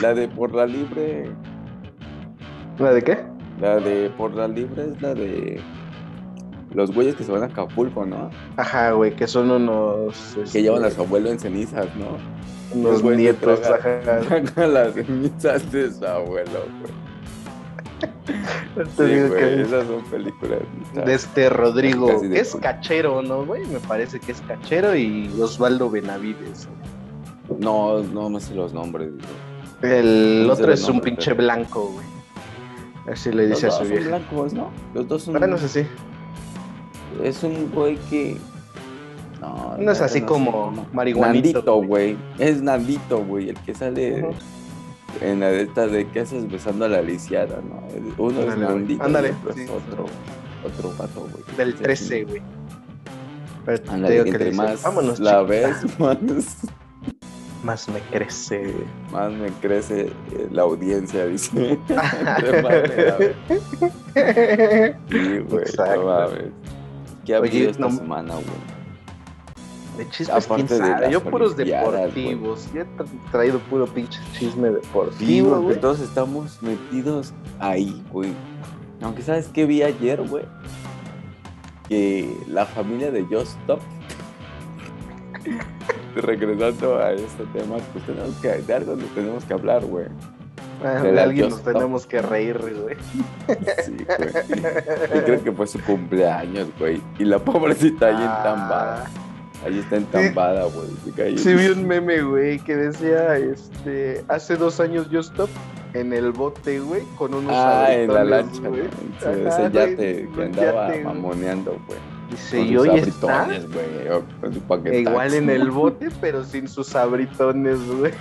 La de por la libre. ¿La de qué? La de por la libre es la de. Los güeyes que se van a Acapulco, ¿no? Ajá, güey, que son unos. este, Que llevan a su abuelo en cenizas, ¿no? unos güeyes que nietos. tragan- Ajá. tragan las cenizas de su abuelo, güey. Te Sí, digo güey, que- esas son películas. de este Rodrigo. Casi de es culo. cachero, ¿no, güey? Me parece que es cachero y Osvaldo Benavides. No, no me sé los nombres. güey. El No sé otro los es un nombres, pinche pero- blanco, güey. Así le Los dice a dos su son vieja. blancos, ¿no? Los dos son. Bueno, es así. Es un güey que. No, No es neta, así sé como cómo. marihuanito. Nandito, güey. Es Nandito, güey. El que sale Ujú. en la de esta de que haces besando a la lisiada, ¿no? Uno es Ándale, güey. Nandito. Ándale, Y otro sí, es sí. otro, otro vato, güey. Del Sí, 13, güey. Pero te Ándale, digo que entre le dice, más vámonos, la la ves, más, más me crece, güey. más me crece eh, la audiencia, dice. Entre más me la ves. Sí, güey, Exacto. no mames. ¿Qué ha Oye, habido esta no- semana, güey? De chismes, Aparte quién de sabe. las Yo puros olimpiadas, güey. deportivos. Yo he tra- traído puro pinche chisme Sí, deportivo, güey, güey. que todos estamos metidos ahí, güey. Aunque sabes qué vi ayer, güey. Que la familia de Just Stop. Regresando a este tema, pues tenemos que, de algo nos tenemos que hablar, güey. Ah, de de la alguien nos Just Stop. tenemos que reír, güey. Sí, güey. Y creo que fue su cumpleaños, güey. Y la pobrecita ahí Ah, entambada. Ahí está entambada, güey. Se cayó. Sí, vi un meme, güey, que decía, este, hace dos años yo stop en el bote, güey, con unos Ah, en la abritones, lancha, güey. güey. Ese Ajá, ese güey, yate que un andaba yate, güey. mamoneando, güey. Dice, con y sus hoy está sabritones, güey, o con su paquetaxo. igual en el bote, pero sin sus abritones, güey.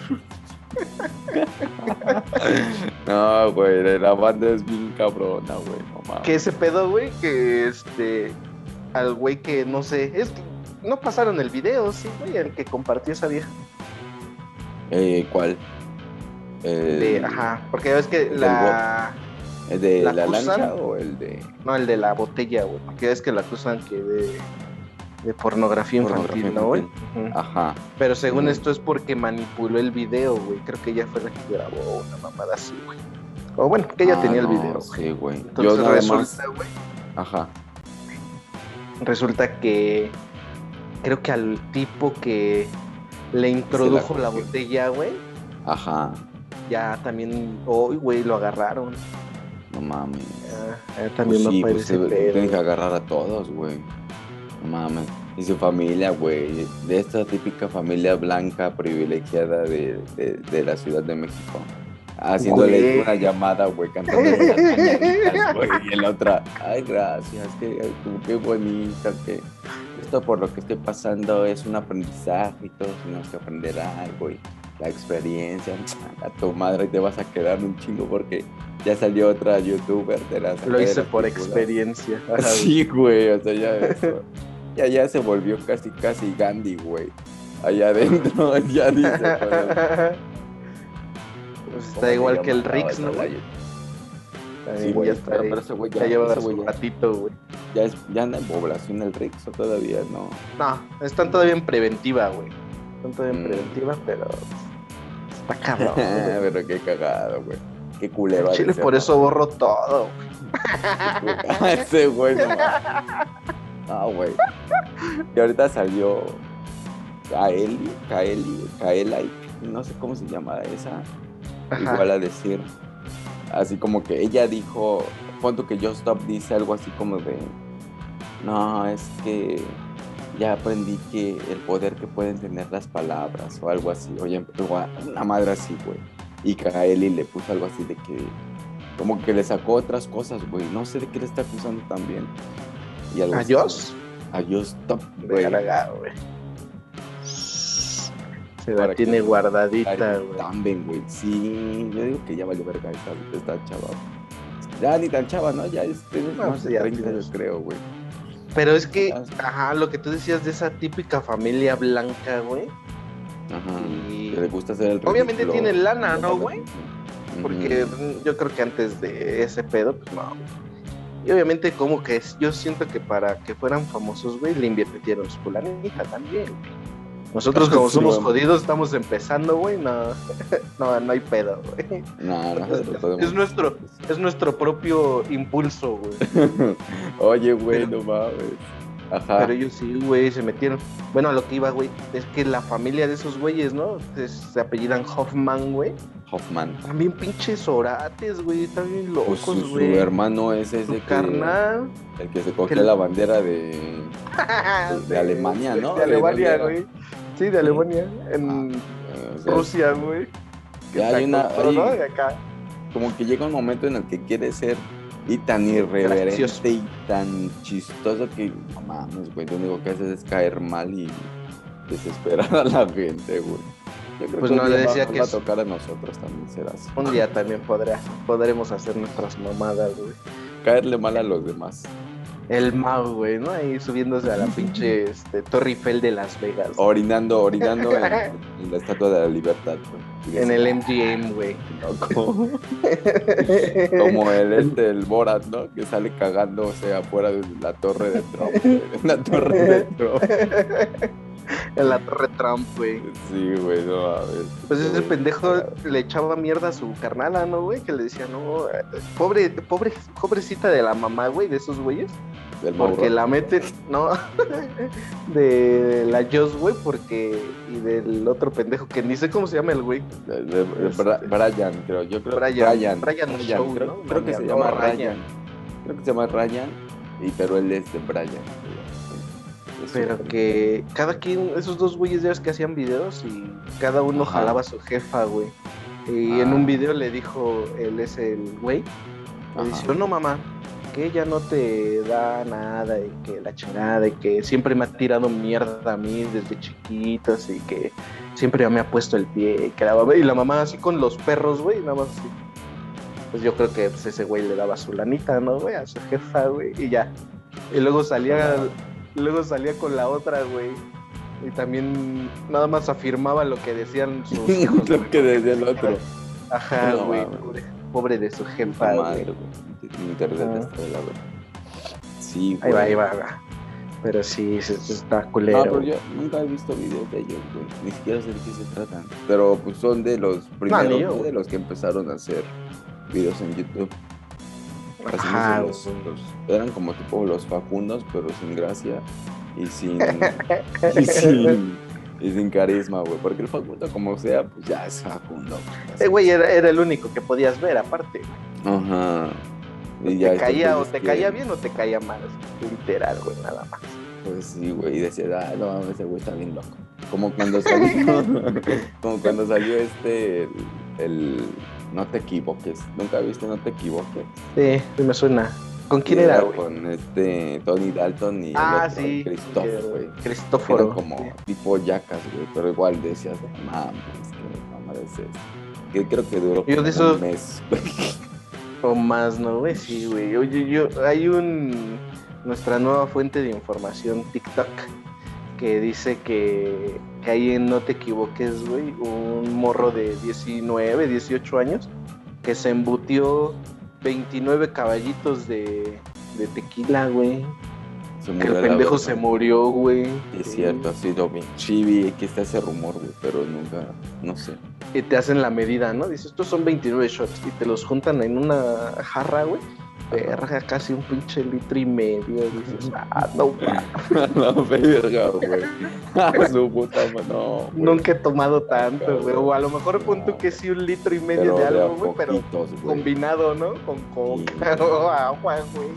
No, güey, la banda es bien cabrona, güey. No mames. Que ese pedo, güey, que este, al güey que, no sé, es que no pasaron el video, sí, güey, el que compartió esa vieja. Eh, ¿Cuál? El, De, ajá, porque ya ves que del la... ¿El de la, ¿La lancha acusan? o el de No, el de la botella, güey. Porque es que la acusan que de, de pornografía infantil, Pornografía ¿no, güey? infantil. Ah. Mm. Ujú. Ajá. Pero según Ujú. esto es porque manipuló el video, güey. Creo que ella fue la que grabó una mamada así, güey. O bueno, que ella Ah, tenía no, el video, güey. Sí, güey. Yo Entonces nada más. resulta, güey, Ajá. resulta que creo que al tipo que le introdujo la, cogió. botella, güey, Ajá. ya también hoy, güey, lo agarraron. No mames. Ya, ya Pues también sí, me pues parece se- tienen que pedo. agarrar a todos, güey. No mames. Y su familia, güey. De esta típica familia blanca privilegiada de, de, de la Ciudad de México. Haciéndole Güey. una llamada, güey, cantando las mañanitas, güey. Y el otra, ay, gracias, que, ay, como qué bonita, que esto por lo que estoy pasando es un aprendizaje y todos tenemos que aprender algo y la experiencia. A tu madre te vas a quedar un chingo porque ya salió otra youtuber de las. Lo de hice las por películas. experiencia. Ajá, güey. Sí, güey, o sea, ya, eso- ya, ya se volvió casi, casi Gandhi, güey. Allá adentro, ya dice. pero- Pues ¿cómo está se igual que el llamaba Rix, ¿no? esa güey? la- Sí, También güey, ya pero, está ahí. pero ese güey ya, Ya lleva ese su güey ya- ratito, güey. ya es- ya anda en población el Rix o todavía no. No, están todavía en preventiva, güey. Están todavía en Mm. preventiva, pero. pues, Está cabrón. güey. pero qué cagado, güey. Qué culero. ha de Chile, ser, por ¿no? eso borro todo. Ah, Ese güey no mames. Ah, güey. Y ahorita salió Kaeli, Kaeli, Kaela, y no sé cómo se llama esa. Ajá. Igual a decir. Así como que ella dijo, cuanto que yo Stop dice algo así como de, no, es que ya aprendí que el poder que pueden tener las palabras o algo así. Oye, una madre así, güey. Y Kaeli le puso algo así de que, como que le sacó otras cosas, güey. No sé de qué le está acusando también. Y algo así. Adiós. A yo Stop, güey. Güey. güey. Se Para la que- tiene guardadita, Ay, güey. También, güey. Sí, yo digo que ya valió verga esta, esta chava. Ya ni tan chava, ¿no? Ya es tiene No, más sí, de ya 30 años, tienes. creo, güey. Pero es que, Adiós. ajá, lo que tú decías de esa típica familia blanca, güey. Ajá. Y- Que le gusta hacer el Obviamente ridículo. tiene lana, ¿no, Ujú. güey? Porque mm, yo creo que antes de ese pedo, pues no. Y obviamente como que es, yo siento que para que fueran famosos, güey, le invirtieron su planeta también. güey. Nosotros como Sí, somos güey. jodidos estamos empezando, güey, no, no, no hay pedo, güey. No, nosotros Es podemos. nuestro, es nuestro propio impulso, güey. Oye, güey, no Pero- mames. Ajá. Pero ellos sí, güey, se metieron. Bueno, a lo que iba, güey, es que la familia de esos güeyes, ¿no? Es- se apellidan Hoffman, güey. Hoffman. También pinches orates, güey, están bien Pues su, locos, su güey. hermano es ese Su que, carnal. el que se cogió que- la bandera de eh, pues, de Alemania, ¿no? De Alemania, De güey. Sí, de Alemania. En eh, o sea, Rusia, güey. Que ya hay está una- con todo, hay- ¿no? De acá. como que llega un momento en el que quiere ser y tan irreverente Gracioso. y tan chistoso que no mames, güey, lo único que haces es caer mal y desesperar a la gente, güey. Yo creo Pues que no, un le día va- decía nos que va a es- tocar a nosotros también será así. Un día también podrá, podremos hacer nuestras mamadas, güey. Caerle mal a los demás. El Mau, güey, ¿no? Ahí subiéndose a la pinche este, Torre Eiffel de Las Vegas. Orinando, orinando en, en la estatua de la libertad, güey. Y En decir, el MGM, güey. "Ah, loco". Como el, este, el del Borat, ¿no? Que sale cagándose afuera de la torre de Trump. güey. La torre de Trump. en la Torre Trump, güey. Sí, güey, no mames. Pues ese Güey, pendejo le echaba mierda a su carnala, ¿no, güey? Que le decía, no, eh, pobre, pobre, pobrecita de la mamá, güey, de esos güeyes. del Mauro. Porque la meten, no, de la Joss, güey, porque, y del otro pendejo, que ni sé cómo se llama el güey. De- de- de Bra- Brian, creo. Yo creo Brian. Brian. Brian Shaw, creo, ¿no? creo que se Una llama mierda. Ryan. Creo que se llama Ryan. Y, pero él es de Brian. Es Pero un- que cada quien, esos dos güeyes ya ves que hacían videos y cada uno Ajá. jalaba a su jefa, güey. Y Ah. en un video le dijo, él es el güey, le Ajá. dice, no mamá, que ella no te da nada y que la chingada y que siempre me ha tirado mierda a mí desde chiquitos y que siempre me ha puesto el pie y que la mamá, y la mamá así con los perros, güey, nada más así. Pues yo creo que pues, ese güey le daba su lanita, ¿no, güey? A su jefa, güey, y ya. Y luego salía, luego salía con la otra, güey. Y también nada más afirmaba lo que decían sus hijos. Lo güey. que decía el otro. Ajá, No güey. mames. Pobre, pobre de su jefa, Madre, güey. güey. Internet Ah. está de la verga. Sí, güey. Ahí va, ahí va, ahí va. Pero sí, se- se está No, culero. pero yo nunca he visto videos de ellos, güey. Ni siquiera sé de qué se tratan. Pero pues son de los primeros, yo, ¿no? güey. de los que empezaron a hacer videos en YouTube. Así no sé, Ajá, los- güey. los- eran como tipo los facundos, pero sin gracia y sin, y sin, y sin carisma, güey. Porque el facundo, como sea, pues ya es facundo. güey. Eh, güey, era, era el único que podías ver, aparte. Ajá. Y Te ya caía, o estos te güeyes caía que- bien o te caía mal. así, Literal, güey, nada más. Pues sí, güey, y decía, ah, no mames, ese güey está bien loco. Como cuando salió, como cuando salió este, el, el No te equivoques. ¿Nunca viste No te equivoques? Sí, sí me suena. ¿Con quién Y era, güey? Con este Tony Dalton y Ah, el otro, sí. Christoph, que- güey. Que Cristóforo. Era como tipo yacas, güey, pero igual decías, mames, qué mamada es esto. Que creo que duró Yo de como esos- un mes. O más, ¿no, güey? Sí, güey. Oye, yo, hay un. Nuestra nueva fuente de información, TikTok, que dice que, que ahí en No Te Equivoques, güey, un morro de 19, 18 años, que se embutió 29 caballitos de, de tequila, güey. Se Que murió el la pendejo verga. se murió, güey. Es cierto, sí, lo vi. Sí, vi que está ese rumor, güey, pero nunca, no sé. Y te hacen la medida, ¿no? Dice, estos son 29 shots y te los juntan en una jarra, güey. Verga, casi un pinche litro y medio. Dices, ah, no, va. la verga, güey. A su puta madre. No, güey. nunca he tomado tanto, güey. O a lo mejor No, pon tú que sí un litro y medio Pero de a algo, güey, pero poquitos, güey. combinado, ¿no? Con coca Sí. o agua, güey.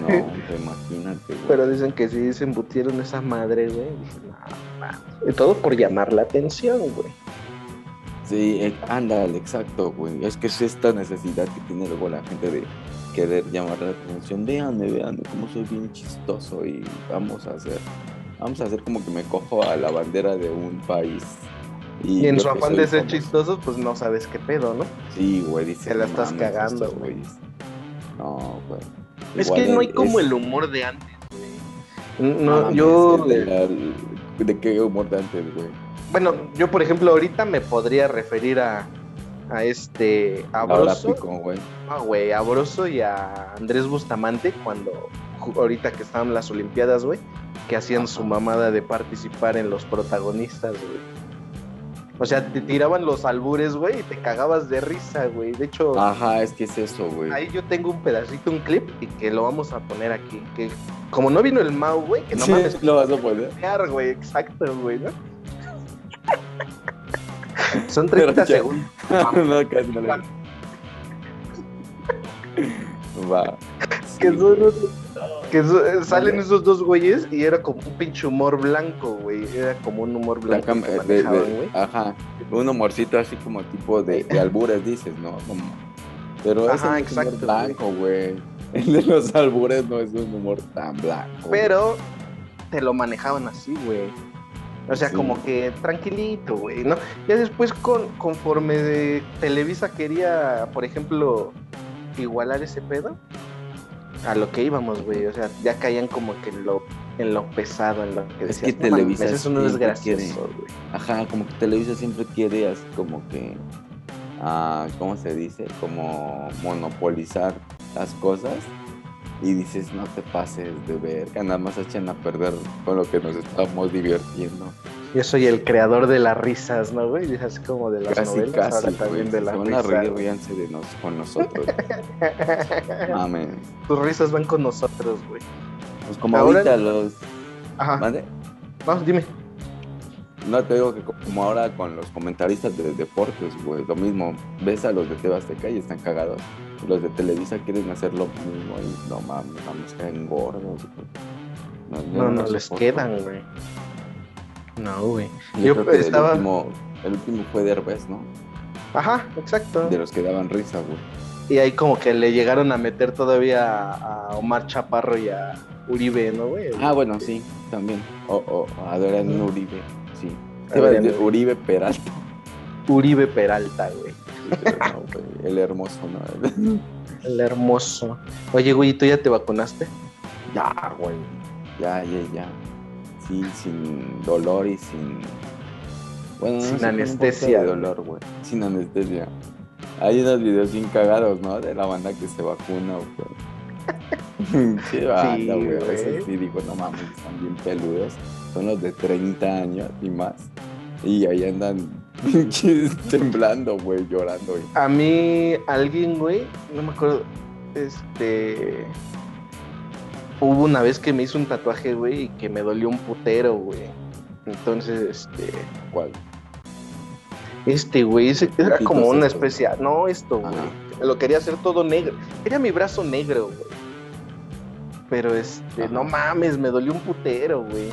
No, te imagínate, güey. Pero dicen que sí se embutieron esa madre, güey. Dije, no, no. Y todo por llamar la atención, güey. Sí, eh, ándale, exacto, güey. Es que es esta necesidad que tiene luego la gente de querer llamar la atención. Véanme, véanme cómo soy bien chistoso y vamos a hacer, vamos a hacer como que me cojo a la bandera de un país. Y, en yo su que afán soy de ser famoso. chistosos, pues no sabes qué pedo, ¿no? Sí, güey, dice. Te la "No estás mames, cagando, estos güey". güeyes". No, güey. Es Igual que no el- hay como es- Mm, el humor de antes, güey. No, no mames, yo. el De, la- de qué humor de antes, güey. Bueno, yo por ejemplo, ahorita me podría referir a. A este. A Ahora Broso. pico, güey. Ah, güey, a Broso y a Andrés Bustamante cuando ju- ahorita que estaban las Olimpiadas, güey, que hacían su mamada de participar en los protagonistas, güey. O sea, te tiraban los albures, güey, y te cagabas de risa, güey. De hecho, Ajá, es que es eso, güey. ahí yo tengo un pedacito, un clip, y que lo vamos a poner aquí. Que como no vino el Mau, güey, que no Sí, mames, lo vas a poner. crear, güey, exacto, güey, ¿no? Son 30 Pero ya- segundos. no, casi no le- Va. Que Sí, son güey. unos- que so- salen esos dos güeyes y era como un pinche humor blanco, güey. Era como un humor La blanco cam- que eh, de- de- manejaban, güey. ajá, un humorcito así como tipo de, de albures, dices, ¿no? Como- pero es un Ajá, humor exacto, blanco, güey. El de los albures no es un humor tan blanco. güey. Pero te lo manejaban así, güey. O sea, Sí. como que tranquilito, güey, ¿no? Ya después, con, conforme de Televisa quería, por ejemplo, igualar ese pedo, a lo que íbamos, güey. O sea, ya caían como que en lo, en lo pesado, en lo que Es que decías. "No mames, Televisa Eso no es siempre gracioso, güey. Ajá, como que Televisa siempre quiere así como que, ah, ¿cómo se dice? Como monopolizar las cosas. Y dices, no te pases de verga, nada más echan a perder con lo que nos estamos divirtiendo. Yo soy el creador de las risas, ¿no, güey? Es así como de las Casi, novelas, casi, ahora güey. también Si de Se las van a reír, risas. ríanse de nos, con nosotros. Mames. Tus risas van con nosotros, güey. Pues como Ahora- Ah. ahorita los... Ajá, ¿Mande? vamos, dime. No te digo que como ahora con los comentaristas de deportes, güey, lo mismo. Ves a los de TV Azteca y están cagados. Y Los de Televisa quieren hacer lo mismo y no mames, vamos caen gordos, güey. yo No, no lo les soporto. quedan, güey. No, güey. Y Yo Yo creo que estaba- el, último, el último fue Derbez, ¿no? Ajá, exacto. De los que daban risa, güey. Y ahí como que le llegaron a meter todavía a a Omar Chaparro y a Uribe, ¿no, güey? Ah, bueno, sí, también. O o a Adrián Uribe, sí. A Te iba a Adrián decir Uribe Peralta. Uribe Peralta, güey. Pero no, güey, el hermoso, ¿no? El hermoso. Oye, güey, ¿tú ya te vacunaste? ya, güey. Ya, ya, ya. Sí, sin dolor y sin. Bueno, sí, con un Sin poquito anestesia, de güey. dolor, güey. Sin anestesia. Hay unos videos bien cagados, ¿no? De la banda que se vacuna, güey. Qué banda, güey. A veces güey. sí digo, no mames, están bien peludos. Son los de 30 años y más. Y ahí andan pinches temblando, güey, llorando. güey. A mí, alguien, güey, no me acuerdo, este... Hubo una vez que me hizo un tatuaje, güey, y que me dolió un putero, güey. Entonces, este... ¿Cuál? Este, güey, ese- era Puntitos como una estos, especie... No, esto, güey. Ajá. Lo quería hacer todo negro. Era mi brazo negro, güey. Pero, este, Ajá. no mames, me dolió un putero, güey.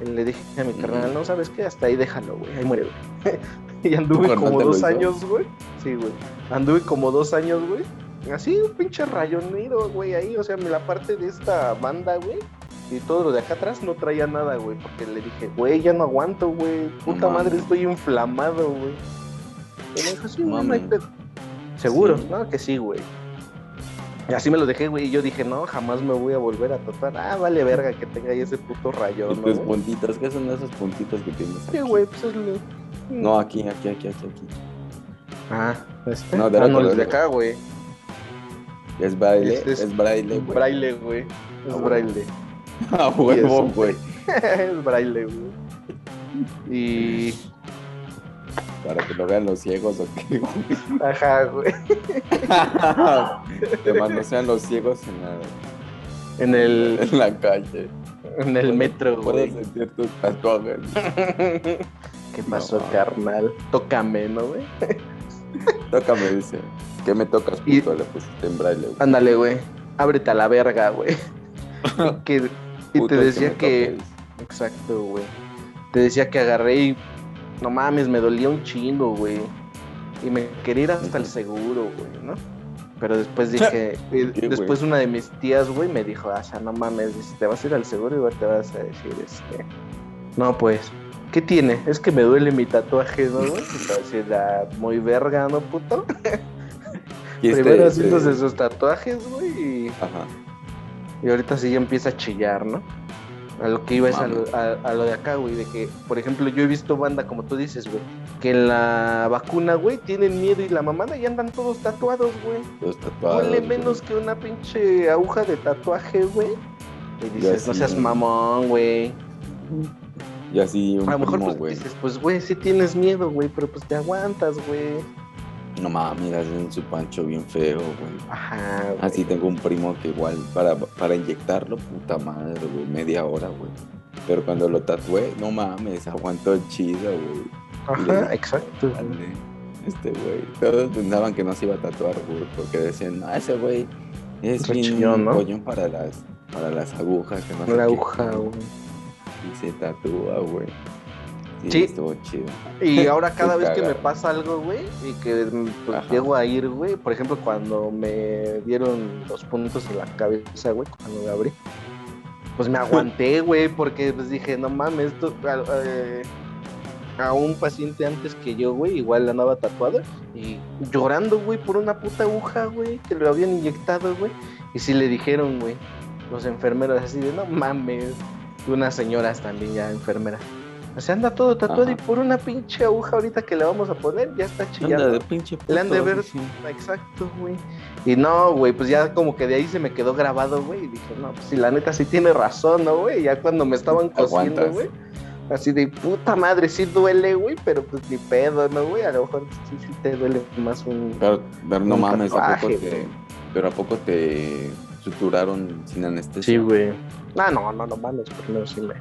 Y Le dije a mi Ujú. carnal, no, ¿sabes qué? Hasta ahí déjalo, güey. Ahí muere, güey. y anduve carnal como te lo dos hizo? años, güey. Sí, güey. Anduve como dos años, güey. Así, un pinche rayonero, güey, ahí. O sea, la parte de esta banda, güey. Y todo lo de acá atrás no traía nada, güey. Porque le dije, güey, ya no aguanto, güey. Puta mames. madre, estoy inflamado, güey. Y me dijo, sí, güey, no hay Mames. pedo". Seguro, Sí. no, que sí, güey. Y así me lo dejé, güey. Y yo dije, no, jamás me voy a volver a tatuar. Ah, vale verga que tenga ahí ese puto Y rayón, ¿no, tus güey? puntitos, ¿qué son esos puntitos que tienes aquí? Sí, güey, pues es lo... No, aquí, aquí, aquí, aquí, aquí. Ah, este. No, del Ah, otro, el de del acá, güey. Es braille, Este es es, braille, güey. Braille, güey. Ah, Es bueno. braille. A huevo, Yes. güey. es braille, güey. Y... Para que lo vean los ciegos o qué, güey. Ajá, güey. Que más no sean los ciegos en la, En el, en la calle. en el metro, Puedes güey. sentir tus tatuajes. ¿Qué pasó, No. carnal? Tócame, ¿no, güey? Tócame, dice. ¿Qué me tocas, Y- puto? Le pusiste en braille, güey. Ándale, güey. Ábrete a la verga, güey. Que- y Puto, te decía me que... toques. Exacto, güey. Te decía que agarré y no mames, me dolía un chingo, güey. Y me quería ir hasta el Ujú. seguro, güey, ¿no? Pero después dije, y güey? después una de mis tías, güey, me dijo, o sea, no mames, dice, te vas a ir al seguro y va- te vas a decir, este, no, pues, ¿qué tiene? Es que me duele mi tatuaje, ¿no, güey? Y te va a decir, "Ah, muy verga, ¿no, puto? Y este- Primero este- haciéndose sus tatuajes, güey, y Ajá. y ahorita sí ya empieza a chillar, ¿no? A lo que iba es a Mames. lo, a- a lo de acá, güey, de que, por ejemplo, yo he visto banda, como tú dices, güey, que la vacuna, güey, tienen miedo y la mamada y andan todos tatuados, güey. Los tatuados. Huele güey. menos que una pinche aguja de tatuaje, güey. Y dices, así, no seas güey. mamón, güey. Y así un A lo mejor primo, pues, güey. dices, pues, güey, sí tienes miedo, güey, pero pues te aguantas, güey. No mames, mira, hacen su pancho bien feo, güey. Ajá, güey. Así Ah, tengo un primo que igual para, para inyectarlo, puta madre, güey, media hora, güey. Pero cuando lo tatué, no mames, aguantó chido, güey. Ajá, exacto. Vale. Este güey. Todos pensaban que no se iba a tatuar, güey, porque decían, ah, ese güey es Es bien chillón, ¿no? coñón para las, para las agujas, que no sé La qué". aguja, güey. Y se tatúa, güey. Sí, Sí. estuvo chido. Y ahora cada Qué vez que me cagado. pasa algo, güey, y que mm, pues, Ajá. llego a ir, güey, por ejemplo, cuando me dieron los puntos en la cabeza, güey, cuando me abrí, pues me aguanté, güey, porque pues dije, no mames, esto... a- eh, a un paciente antes que yo, güey, igual andaba tatuado y llorando, güey, por una puta aguja, güey, que lo habían inyectado, güey. Y sí le dijeron, güey, los enfermeros así de, no mames, y unas señoras también ya enfermeras. O sea, anda todo tatuado Ajá. y por una pinche aguja ahorita que le vamos a poner ya está Anda de chillando. pinche Le han de puto, ver- dice. Exacto, güey. Y no, güey, pues ya como que de ahí se me quedó grabado, güey. Y dije, no, pues si la neta sí tiene razón, ¿no, güey? Ya cuando me estaban cosiendo, Aguantas. güey. Así de puta madre, sí duele, güey, pero pues ni pedo, ¿no, güey? A lo mejor sí, sí te duele más un... Pero, pero no Un mames, ¿a poco tatuaje, te. güey. Pero a poco te suturaron sin anestesia? güey. Ah, no, no, no mames, primero sí me...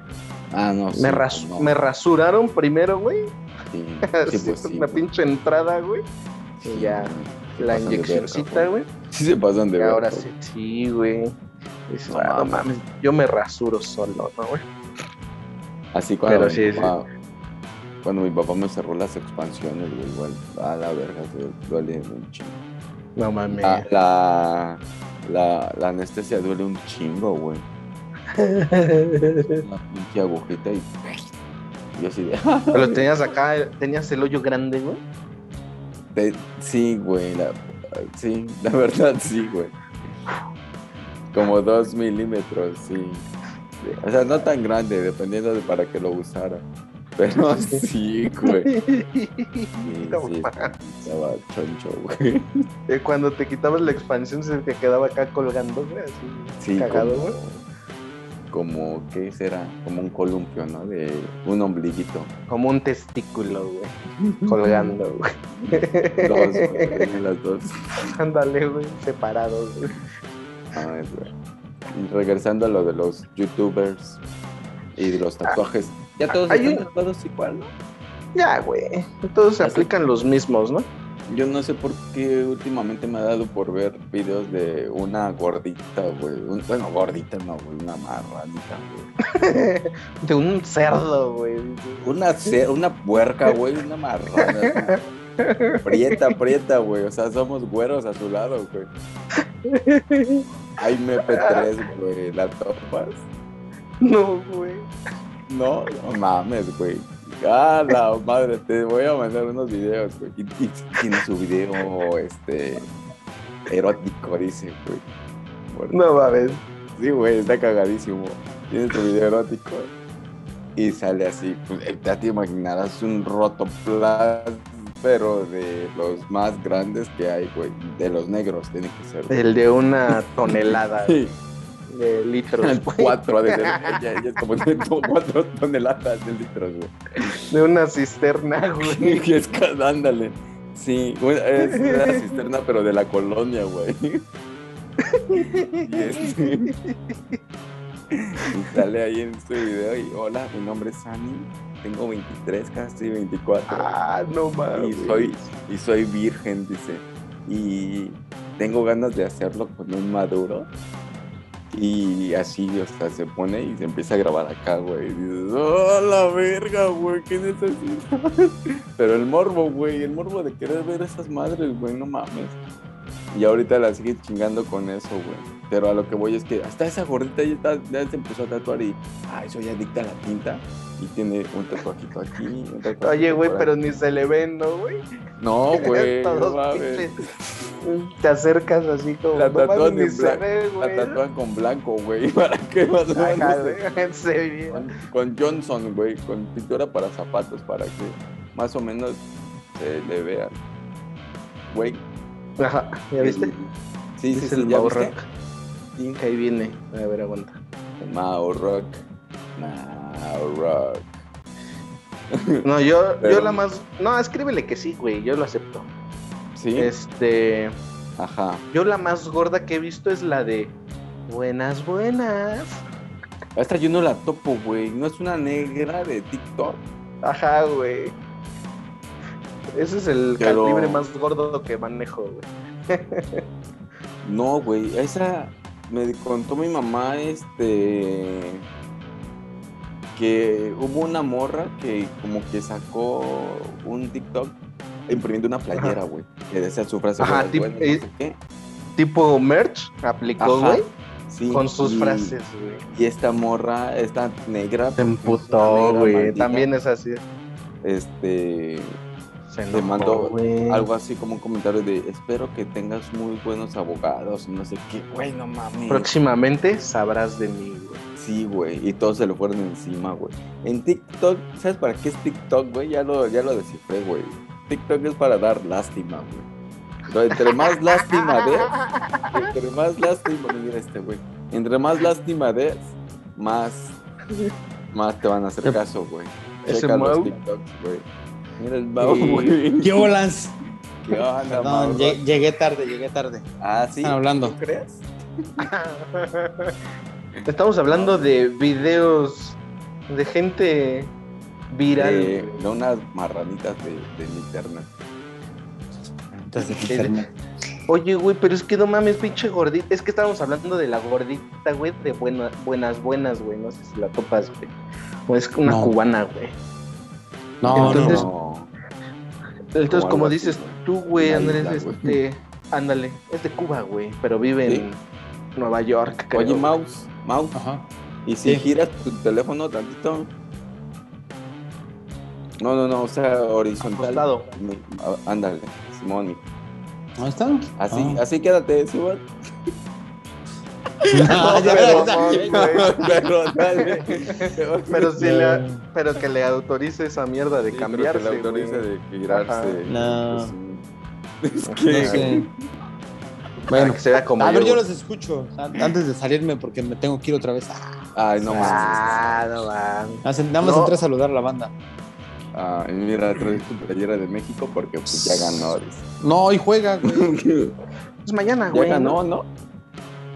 Ah, no. sí, me, ras- no, me rasuraron primero, güey. Sí, sí, Así, pues sí. una güey. pinche entrada, güey. Sí, y ya, güey. Se La pasan de verga, inyeccióncita, güey. Sí, se pasan de Y verga. ahora sí, sí, güey. Dices, No "Ah, no mames". mames, yo me rasuro solo, ¿no, güey? Así cuando, Pero mi sí, papá, cuando mi papá me cerró las expansiones, güey, igual, a la verga, du- duele un chingo. No mames. La, la, la, la anestesia duele un chingo, güey. Una pinche agujita y... Yo así de... Pero tenías acá, tenías el hoyo grande, güey. de- sí, güey, la, sí, la verdad sí, güey. Como dos milímetros, sí. O sea, no tan grande, dependiendo de para qué lo usara. Pero sí, güey. Sí, No sí, mames. estaba choncho, güey. Eh, Cuando te quitabas la expansión se te quedaba acá colgando, güey, así Sí, cagado, como, güey. como, ¿qué será? Como un columpio, ¿no? De un ombliguito. Como un testículo, güey. Colgando, güey. Dos, güey, tenía las dos. Ándale, güey. Separados, güey. Ay, güey. Y Regresando a lo de los youtubers y de los tatuajes. Ya todos hay están un- tatuados igual, ¿no? Ya, güey. Entonces se Así. aplican los mismos, ¿no? Yo no sé por qué últimamente me ha dado por ver videos de una gordita, güey. Un- bueno, gordita no, güey, una marranita, güey. De un cerdo, güey. Una, ce- una puerca, güey, una marrana. Prieta, prieta, güey. O sea, somos güeros a su lado, güey. Hay MP3, güey. ¿La topas? No, güey. No, no mames, güey. Ah, la madre, te voy a mandar unos videos, güey. Y, y tiene su video, este, erótico, dice, güey. Bueno, No mames. Sí, güey, está cagadísimo. Tiene su video erótico y sale así. Pues, eh, ya te imaginarás un rotoplas, pero de los más grandes que hay, güey. De los negros, tiene que ser. güey. El de una tonelada güey, Sí. Pues. de litros. El güey. 4 de ya, ya es como de 4 toneladas de litros, güey. De una cisterna, güey. Y es que, ándale. Sí, bueno, es una cisterna, pero de la colonia, güey. Y, este- y sale ahí en su video y hola, mi nombre es Sani, tengo 23, casi 24. Ah, no mames. y, soy, y soy virgen, dice. Y tengo ganas de hacerlo con un maduro. Y así, o sea, se pone y se empieza a grabar acá, güey. Y dices, ¡oh, la verga, güey! ¿Qué necesitas? Pero el morbo, güey, el morbo de querer ver esas madres, güey, no mames. Y ahorita la sigue chingando con eso, güey. Pero a lo que voy es que hasta esa gordita ya, está- ya se empezó a tatuar y, ay, soy adicta a la tinta. Y tiene un tatuajito aquí, un tatuajito Oye, güey, por pero ni se le ven, ¿no, güey? no, güey. Todos No mames. pinches. Te acercas así como. La no mames, tatúan en ni se blanco, ve, La güey. tatúan con blanco, güey. ¿Para qué más Ajá, van a hacer? güey, se ve. Con, con Johnson, güey. Con pintura para zapatos, ¿para qué? más o menos se le ve al güey. Ajá, ¿ya viste? Sí, sí, es sí, el ¿ya Mau viste? Rock. Sí, Ahí viene. A ver, aguanta. Mau Rock. Mau Rock. No, yo, Pero- yo la más. No, escríbele que sí, güey. Yo lo acepto. Sí, Este. ajá. Yo la más gorda que he visto es la de. Buenas, buenas. Esta yo no la topo, güey. No es una negra de TikTok. Ajá, güey. Ese es el Pero- calibre más gordo que manejo, güey. No, güey, esa me contó mi mamá, este, que hubo una morra que como que sacó un TikTok imprimiendo una playera, güey, que decía su frase. Ajá, güey, tip- bueno, no eh, sé qué. Tipo merch aplicó, Ajá, güey. Sí, Con sus y- frases, güey. Y esta morra, esta negra, Se Una emputó, negra güey. maldita. También es así. este, Se Le mandó güey. algo así como un comentario de, espero que tengas muy buenos abogados, no sé qué, güey, no mames. Próximamente sabrás de mí, güey. Sí, güey, y todos se lo fueron encima, güey. En TikTok, ¿sabes para qué es TikTok, güey? Ya lo, ya lo descifré, güey. TikTok es para dar lástima, güey. Pero entre más lástima des, entre más lástima, mira este, güey. Entre más lástima des, más, más te van a hacer caso, güey. Ese Checa los Mau. TikToks, güey. Mira el Mau, Y- güey. ¿Qué bolas? ¿Qué onda, Mau? Perdón, lle- llegué tarde, llegué tarde. Ah, sí. Están hablando. ¿Tú crees? Estamos hablando de videos de gente viral. De, güey. de unas marranitas de, de internet. Entonces, Sí, sí. Oye, güey, pero es que no mames, pinche gordita. Es que estábamos hablando de la gordita, güey, de buena- buenas, buenas, güey. No sé si la topas, güey. O es una No. cubana, güey. No, Entonces- no, no. Entonces, Como como algo así, dices güey. tú, güey, Una Andrés, isla, güey. este. Ándale, es de Cuba, güey, pero vive Sí. en Nueva York, creo. Oye, Mouse, Mouse, no. Ajá. y si Sí. giras tu teléfono tantito. No, no, no, o sea, horizontal. Acostado. Mi- á- Ándale, Simón. mi- ¿Dónde está? Así, Ah. así quédate, Simón. Ah, No, ya, pero, ya, ya, ya. Pero dale. Pero si le, pero que le autorice esa mierda de Sí, cambiarse. pero que le autorice güey. de girarse. pues, No. Es un- Es No que. sé. Para Bueno, que se vea como a ver, yo güey. los escucho a- antes de salirme porque me tengo que ir otra vez. Ay, no pues, más. Ah, no mames. Nada más- nada más No. entré a saludar a la banda. Ay, mira, traes tu playera de México porque pues, ya ganó. No, hoy juega, güey. dice. Es mañana, Ya güey. ganó, ¿no?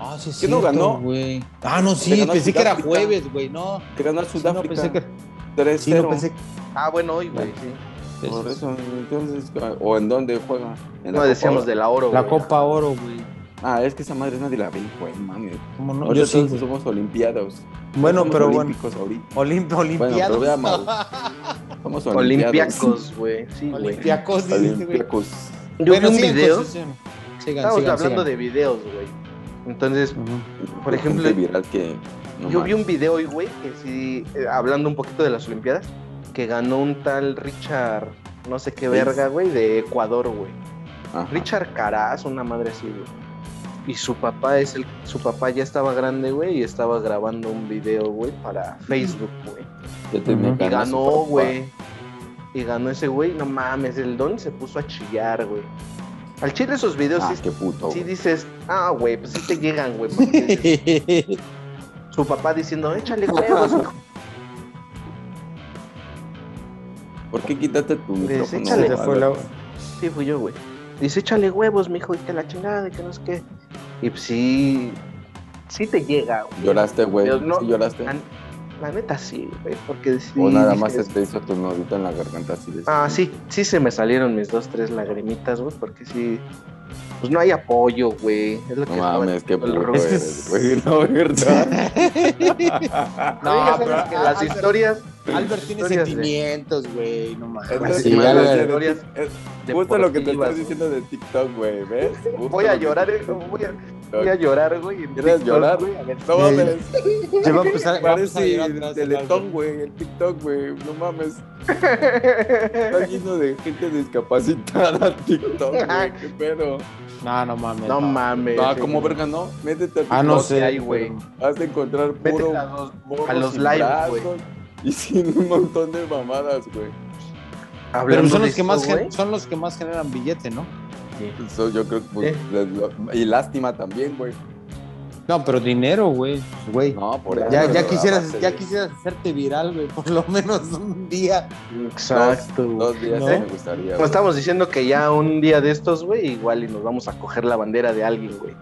Ah, sí, sí. ¿Quién no ganó? Güey. Ah, no, Le sí, ganó a pensé que era Sudáfrica. jueves, güey. No, Que ganó sí, no Sudáfrica. pensé que. Sí, 3-0. no pensé pues que. Ah, bueno, hoy, güey, sí. Por eso, entonces, ¿o en dónde juega? ¿En la No Copa decíamos Oro? de la oro, La güey. Copa Oro, güey. Ah, es que esa madre nadie la ve, güey, mami. ¿Cómo no? Ahorita Yo sí. todos somos olimpiados. Bueno, Somos pero bueno. olímpicos ahorita. Bueno, Olim- pero Olimpiados. vea, Mau. Somos olimpiados. Olimpiacos, güey. Sí, güey. Yo Olimpiacos, dice, güey. Olimpiacos. vi un sigan video. con su sesión. Sigan, Estamos sigan, hablando sigan. de videos, güey. Entonces, Ujú. Por ejemplo, Gente viral que, no yo vi manches. un video hoy, güey, que sí, eh, hablando un poquito de las Olimpiadas, que ganó un tal Richard, no sé qué verga, güey, de Ecuador, güey. Ajá. Richard Caraz, una madre así, güey. Y su papá es el, su papá ya estaba grande, güey, y estaba grabando un video, güey, para Facebook, güey. Ya tenía Ujú. Y ganas ganó, su papá. güey. Y ganó ese güey, no mames, el don se puso a chillar, güey. Al chile esos videos Ah, sí, qué puto. sí güey. dices, ah, güey, pues sí te llegan, güey. porque Su papá diciendo, échale huevos, hijo". ¿Por qué quitaste tu micrófono? Pues, échale. Se Álvaro? fue la- Sí, fui yo, güey. Dice, échale huevos, mijo, y que la chingada, y que no sé qué. Y pues sí, sí te llega, güey. ¿Lloraste, güey? Dios, no. ¿Sí lloraste? La, la neta sí, güey, porque sí, ¿O nada dije, más se te hizo tu nodito en la garganta así de... Ah, sí, sí se me salieron mis dos, tres lagrimitas, güey, porque sí. Pues no hay apoyo, güey. Es lo que No estaba mames, qué diciendo el puto Rubén. Es que eres, güey. No, verdad. No, No, pero pero que las Albert- historias. Albert tiene historias de- sentimientos, güey. No mames. Entonces, Sí, igual ya, lo las decía de historias Tik- es- Justo lo que te deportivas, estás diciendo de TikTok, güey, ¿ves? Justo Voy a lo que llorar, te eh, estás voy a, diciendo. voy a llorar, güey. en ¿Quieres TikTok, llorar? güey, a ver si- No mames, Se va a empezar, va a empezar a parece llorar atrás del Teletón, güey, el TikTok, güey. No mames, está lleno de gente discapacitada TikTok, güey. Qué pedo. Albert. No, no mames. No mames. Ah, sí. ¿cómo verga no? Métete a TikTok. Ah, no No, sí sé. hay, güey. pero- Vas a encontrar Vete puro a los, morro a los sin live, brazos güey. Y sin un montón de mamadas, güey. Pero hablando son de los, que más esto, gen- güey, son los que más generan billete, ¿no? Eso yo creo que. pues, Eh. les lo- y lástima también, güey. No, pero dinero, güey. pues, güey. No, por eso. ya, ya pero a quisieras, base ya de quisieras hacerte viral, güey, por lo menos un día. Exacto. güey. Dos días ¿No? Pues sí me gustaría. Como güey. estamos diciendo que ya un día de estos, güey, igual y nos vamos a coger la bandera de alguien, güey.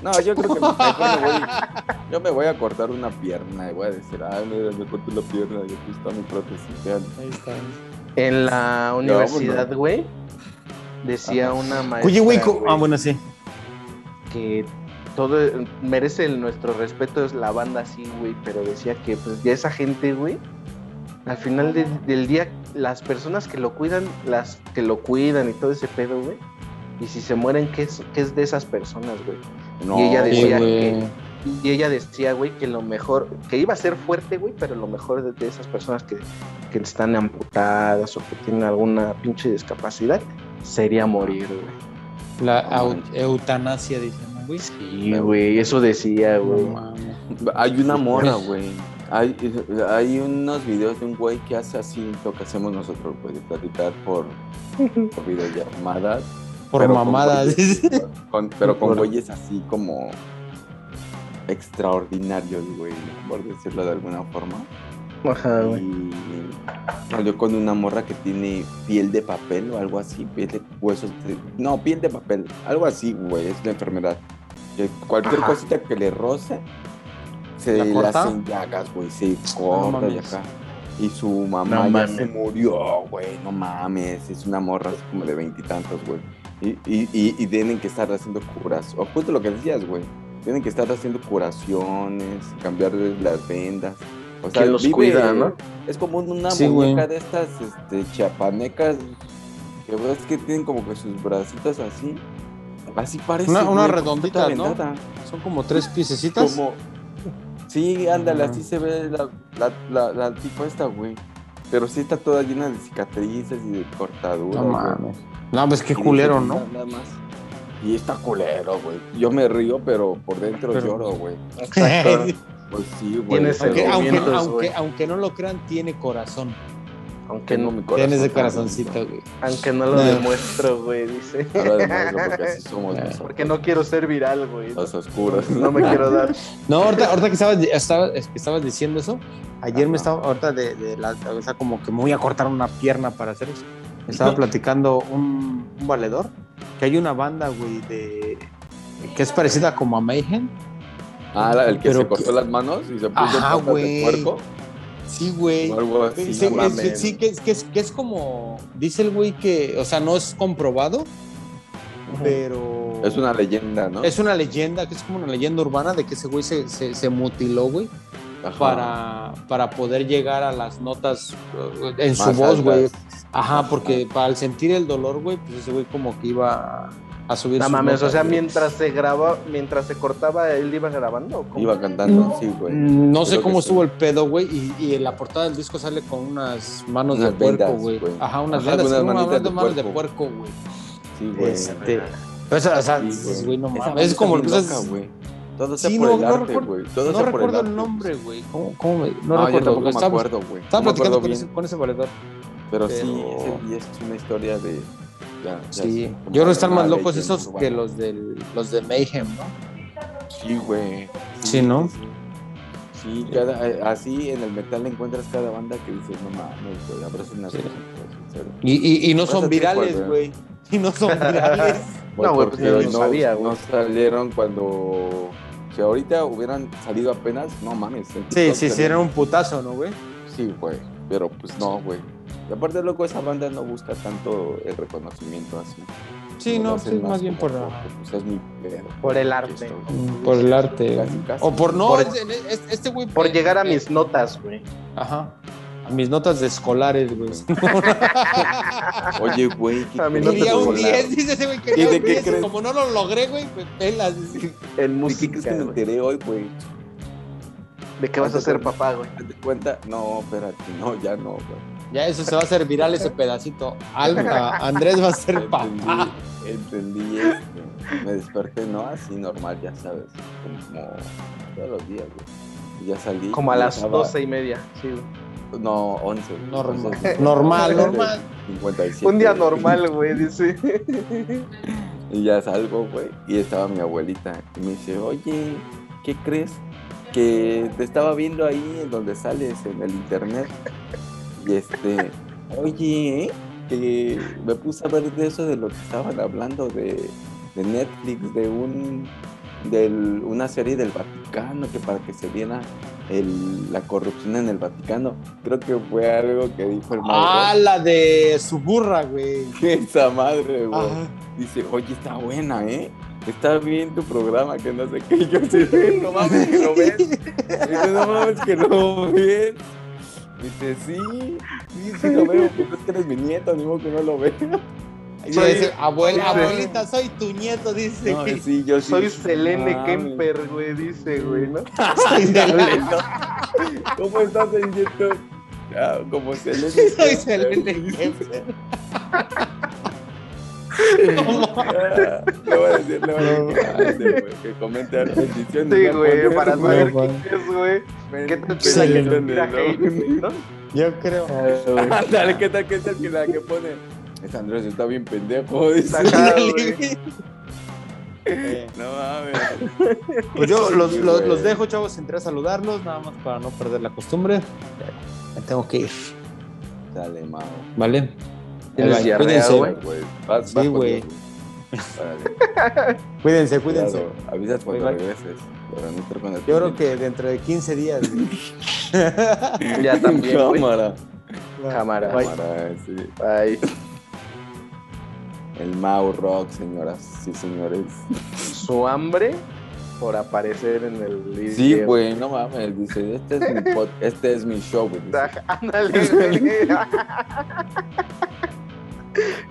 No, yo creo que mejor me voy, yo me voy a cortar una pierna y voy a decir, ay, mira, me corté la pierna y aquí está mi prótesis. vean". Ahí está. En la pues universidad, vámonos. güey, decía Ajá. una maestra Oye, güey, co- güey, ah, bueno, sí. que todo merece el- nuestro respeto es la banda así, güey, pero decía que pues ya esa gente, güey, al final de- del día las personas que lo cuidan, las que lo cuidan y todo ese pedo, güey. Y si se mueren, ¿qué es, qué es de esas personas, güey? No, Y ella güey. decía güey. que- Y ella decía, güey, que lo mejor, que iba a ser fuerte, güey, pero lo mejor de, de esas personas que, que están amputadas o que tienen alguna pinche discapacidad sería morir, güey. La No au- manches. eutanasia, dicen, ¿no, güey. Sí, güey, eso decía, güey. No mames. Hay una mora, güey. Hay, hay unos videos de un güey que hace así lo que hacemos nosotros, güey, de platicar por, por videollamadas. Por pero con mamadas. güeyes- con- pero con Por- güeyes así como extraordinarios, güey, por decirlo de alguna forma. Ajá, güey. Y salió con una morra que tiene piel de papel o algo así, piel de huesos. de- no, piel de papel, algo así, güey, es la enfermedad. Que cualquier Ajá. cosita que le roce, se ¿La le corta? hacen llagas, güey, se corta y mames. acá. Y su No mamá ya mames. se murió, güey, no mames, es una morra así como de veintitantos, güey. Y, y, y, y tienen que estar haciendo curas, o justo lo que decías, güey. Tienen que estar haciendo curaciones, cambiar las vendas. O sea, Que los vive- cuida, ¿no? es como una Sí, muñeca güey. de estas este, chiapanecas que ves que tienen como que sus bracitos así. Así parece. Una- una güey, redondita, puta ¿no? vendada. Son como tres piececitas. Como. Sí, ándale, Ajá. así se ve la, la, la, la tipo esta, güey. Pero sí está toda llena de cicatrices y de cortaduras. No güey. mames. No, pues qué Y dice, culero, "Mira, ¿no? nada más". Y está culero, güey. Yo me río, pero por dentro Pero- lloro, güey. Exacto. Pues sí, güey. Tienes el aunque, Pero aunque, mientos, aunque, güey. aunque no lo crean, tiene corazón. Aunque Tengo no, mi corazón. Tienes de corazoncito, corazoncito, güey. aunque no lo No. demuestro, güey, dice. Ahora de nuevo, porque así somos Eh, nosotros. Porque no quiero ser viral, güey. Los oscuros. No me quiero dar. No, ahorita, ahorita que, estabas, estaba- es que estabas diciendo eso, ayer Ajá. me estaba, ahorita de, de la cabeza como que me voy a cortar una pierna para hacer eso. Me Estaba platicando un, un valedor que hay una banda, güey, de que es parecida como a Mayhem. Ah, la- el que Pero se cortó que- las manos y se puso Ajá, patas de güey. puerco. Sí, güey. O algo así. Sí, no es- mames. sí, sí, que, es- que es, que es como, dice el güey que, o sea, no es comprobado, pero... Es una leyenda, ¿no? Es una leyenda, que es como una leyenda urbana de que ese güey se, se, se mutiló, güey, Ajá. para, para poder llegar a las notas eh, en su Más voz, güey. altas. Ajá, porque para al sentir el dolor, güey, pues ese güey como que iba a subir No sus mames, o notas, sea, güey. mientras se graba, mientras se cortaba, él iba grabando. ¿o cómo? Iba cantando, sí, güey. No sé Creo que cómo sí. estuvo el pedo, güey, y, y en la portada del disco sale con unas manos Unas de puerco, vendas, güey. güey. Ajá, unas Ajá, vendas, unas sí, unas manitas de manos de puerco. puerco, güey. Sí, güey. Pues, Este, pero eso, o sea, Sí, dices, güey. pues, güey, no Esa mames, banda es como lo que está bien estás- loca, güey. Todo Sí, sea por no- el no arte, recuerdo- güey. Todo No sea por recuerdo arte, el nombre, güey. ¿Cómo, cómo No, me- No, yo recuerdo, tampoco porque me estaba- acuerdo, güey. No Estaba me platicando acuerdo con bien. ese, con ese valedor. Pero sí, pero- ese día es una historia de. ya- ya Sí. es Yo como creo que están una más locos leyenda esos urbana. que los, del, los de Mayhem, ¿no? Sí, güey. Sí, ¿no? sí, Sí, Sí, cada, eh, así en el metal encuentras cada banda que dices, no mames, güey, abracen a Sí. sus hijos", en serio. Y, y, y no son Pásate, virales, güey. Pues güey. Y no son virales. No, güey, pues, porque yo no sabía, güey. No salieron cuando. Si ahorita hubieran salido apenas, no mames. en sí, TikTok sí, sí, salieron. era un putazo, ¿no, güey? Sí, güey. Pero pues no, güey. Y aparte, loco, esa banda no busca tanto el reconocimiento así. Sí, Lo no, hacen sí, más bien como por, la- porque, Pues es mi pedo. Por el Aquí arte. estoy. por el arte. Casi, güey. casi. O por no, Por- es- es- este güey. Por eh, llegar a eh, mis notas, güey. Ajá. A mis notas de escolares, güey. Oye, güey. ¿qué A mí no crees, te Quería un güey? volaron. 10, dice ese güey. Quería de un qué 10. crees? y Como no lo logré, güey, pues pelas. En ¿De qué crees música. que me güey. enteré hoy, güey? ¿De qué vas a ser papá, güey? Haz de cuenta? No, espérate, no, ya no, güey. Ya eso se va a hacer viral ese pedacito. Alma, Andrés va a ser papá. Entendí, entendí, este, me desperté, ¿no? Así normal, ya sabes, como todos los días, güey. Y Ya salí. Como a y las estaba- doce y media. Sí, güey. No, 11. Normal. Entonces, Normal, desde normal. 57. Un día normal, güey, dice. Y ya salgo, güey. Y estaba mi abuelita. Y me dice, oye, ¿qué crees? Que te estaba viendo ahí en donde sales en el internet. Y este, oye, ¿eh? que me puse a ver de eso de lo que estaban hablando de, de Netflix, de un del, una serie del Vaticano que para que se viera el- la corrupción en el Vaticano. Creo que fue algo que dijo el Ah, madre. la de su burra, güey. Esa madre, güey Ajá. dice, oye, está buena, ¿eh? Está bien tu programa, que no sé qué. Y yo sí, no mames, que lo ves. Y yo, no mames, que lo ves. Dice, sí, sí, sí lo veo, porque es que eres mi nieto, ni modo que no lo veo. Y Soy- dice, "Abuel- soy- abuelita, soy tu nieto, dice. No, sí, yo sí. Soy sí, Selene mames. Kemper, güey, dice, güey, ¿no? Soy Ándale, ¿no? ¿Cómo estás en YouTube? Ah, como Selene. Soy Kemper. Selene Kemper. Ah, Le voy a decir, le voy a decir que ande, güey, que comente algo. Bendiciones, Sí, ya güey, poner, para güey. saber quién es, güey. ¿Qué tal que la que Selene, mira hate, ¿no? Yo creo. Dale, ¿qué tal que es el que la que pone? Es Andrés, está bien pendejo. dice. Ajá, Ándale, güey. güey. Eh, No mames. Pues yo los, Sí, los, güey. los dejo, chavos, entré a saludarlos, nada más para no perder la costumbre. Me tengo que ir, Dale, mao. ¿vale? Tienes Ahí va, diarrea, cuídense, güey. Pues, Vas, Sí, vas con güey. Dios, güey. Órale, cuídense, cuídense. cuidado. Avisas cuando Bye, bye. regreses. Para no estar con el Yo creo que dentro de 15 días. Ya también, güey. Cámara. Cámara. Bye. Cámara, sí. Ay, El Mau Rock, señoras y señores. su hambre por aparecer en el video. Sí, güey, no mames. Dice, este es mi, pod- este es mi show, güey. dice. Aj- Ándale, güey.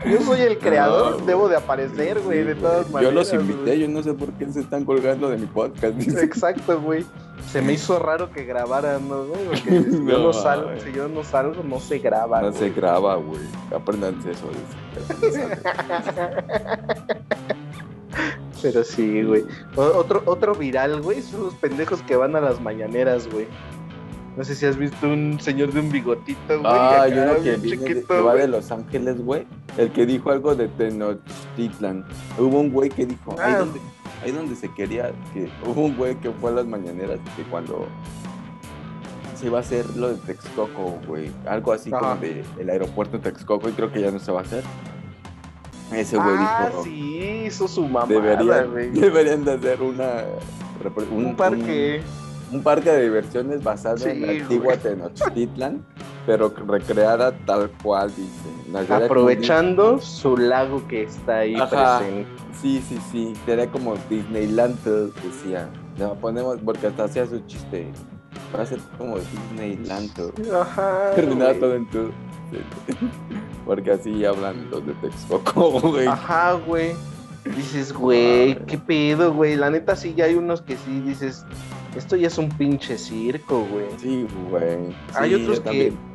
Yo soy el creador, No, debo de aparecer, güey, Sí, de todas Yo maneras. los invité, güey. yo no sé por qué se están colgando de mi podcast. dice. Exacto, güey. Se me hizo raro que grabaran, ¿no, güey? Porque si yo No, no salgo, güey. si yo no salgo, no se graba, No se güey. graba, güey. Aprendanse eso. dice. Pero sí, güey. O- Otro, otro viral, güey, son los pendejos que van a las mañaneras, güey. No sé si has visto un señor de un bigotito, güey. Ah, acá, yo uno que, bien viene de- chiquito, que va güey. de Los Ángeles, güey. El que dijo algo de Tenochtitlan. Hubo un güey que dijo, ahí Ah. donde, este ahí donde se quería, que hubo un güey que fue a las mañaneras que cuando se iba a hacer lo de Texcoco, güey. Algo así Ajá. como de el aeropuerto de Texcoco y creo que ya no se va a hacer. Ese güey ah, dijo, sí, hizo su mamada, güey. deberían, deberían de hacer una... repre- Un parque. un parque de diversiones basado en la Sí, antigua güey. Tenochtitlan, pero recreada tal cual, dice. La idea era aprovechando su lago que está ahí Ajá. presente. como- Sí, sí, sí. Sería como Disneyland, decía. La ponemos, porque hasta hacía su chiste. Va a ser como Disneyland. Ajá. Terminaba güey. todo en tu. Porque así hablan los de Texcoco, güey. Ajá, güey. Dices, güey, qué pedo, güey. La neta sí, ya hay unos que sí dices, esto ya es un pinche circo, güey. Sí, güey. Hay Sí, otros yo que- también.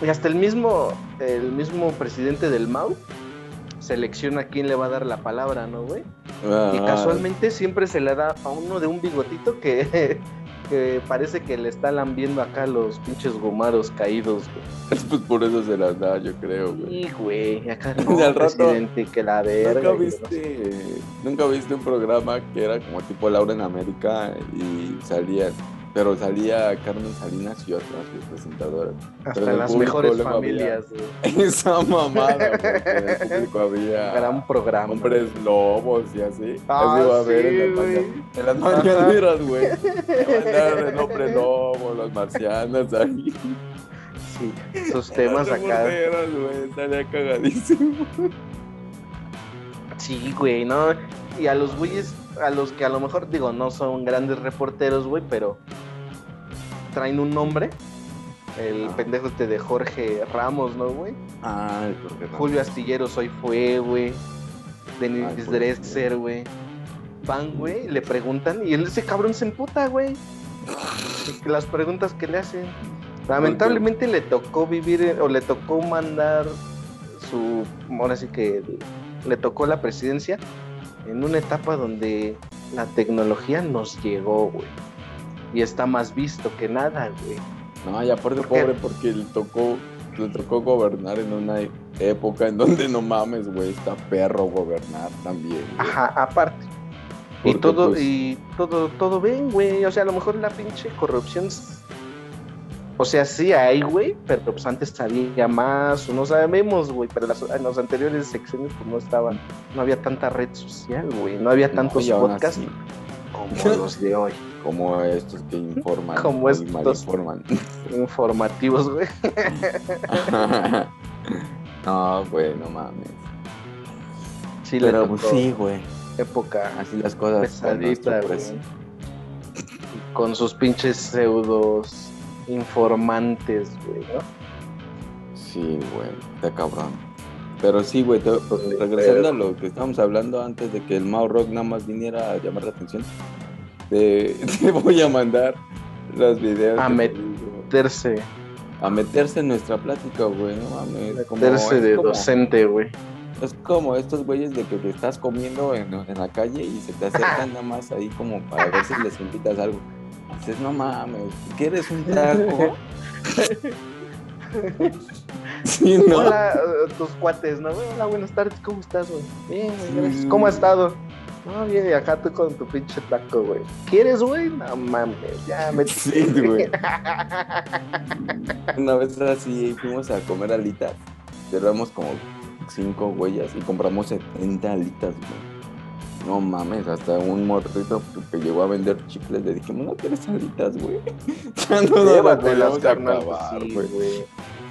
Y hasta el mismo, el mismo presidente del MAU selecciona a quién le va a dar la palabra, ¿no, güey? Y Ah, casualmente siempre se le da a uno de un bigotito que, que parece que le está lambiendo acá los pinches gomaros caídos, güey. Pues por eso se las da, yo creo, güey. Sí, güey, acá Y no, al rato, presidente, que la ¿Nunca verga. que no sé. viste, nunca viste un programa que era como tipo Laura en América y salía, pero salía Carmen Salinas y otras güey, presentadoras? Hasta Pero el las público mejores luego había- familias, güey. Esa mamada, güey, que en el público había Gran programa. Ah, hombres lobos y así. Ah, así va a haber sí, en, las güey. mañan- en las mañaneras, güey. Mandaron el hombre lobo, los marcianos ahí. Sí, sus temas Los acá. reporteros, güey, salía cagadísimo. Sí, güey, ¿no? Y a los güeyes, a los que a lo mejor, digo, no son grandes reporteros, güey, pero traen un nombre. El Ah. pendejo este de Jorge Ramos, ¿no, güey? Ah, porque Julio Astillero Soy Fue, güey. Ah, Denis Julio Dresser, güey. Van, güey, le preguntan y él ese cabrón se emputa, güey. Las preguntas que le hacen. Lamentablemente le tocó vivir eh, o le tocó mandar su. Ahora sí que le tocó la presidencia en una etapa donde la tecnología nos llegó, güey. Y está más visto que nada, güey. No, y aparte ¿Por qué? pobre porque le tocó, le tocó gobernar en una época en donde no mames, güey, está perro gobernar también. güey. Ajá, aparte. Y Porque, todo, pues, y todo, todo bien, güey. O sea, a lo mejor la pinche corrupción. s- O sea, sí hay, güey, pero pues antes había más, o no sabemos, güey, pero las- en los anteriores secciones pues no estaban, no había tanta red social, güey, no había no, tantos y aún podcasts así, como los de hoy, como estos que informan. Como muy estos. mal informan. informativos, güey. no, güey, no mames. Sí, le Pero pues tocó sí, güey. época Así las cosas con nuestro pesadita, güey. pres- Con sus pinches pseudos informantes, güey, ¿no? Sí, güey, está cabrón. Pero sí, güey, te- regresando a lo que estábamos hablando antes de que el Mau Rock nada más viniera a llamar la atención, te, te voy a mandar los videos. A que met- te digo. Meterse, a meterse en nuestra plática, güey, no mames. como- meterse es de como- docente, güey. Es como estos güeyes de que te estás comiendo en, en la calle y se te acercan nada más ahí como para ver si les invitas algo. Dices, no mames, ¿quieres un taco? sí, no. Hola, eh, tus cuates, ¿no? Hola, buenas tardes, ¿cómo estás, güey? Bien, güey, Sí, gracias. güey. ¿Cómo has estado? No, bien, y acá tú con tu pinche taco, güey. ¿Quieres, güey? No mames, ya me Sí, güey. Una vez así fuimos a comer alitas. Cerramos como cinco huellas y compramos 70 alitas, güey. No mames, hasta un morrito que llegó a vender chicles le dijimos, no quieres alitas, güey. Ya no nos las Llévatelas, podíamos carnal. acabar, Sí, güey. güey.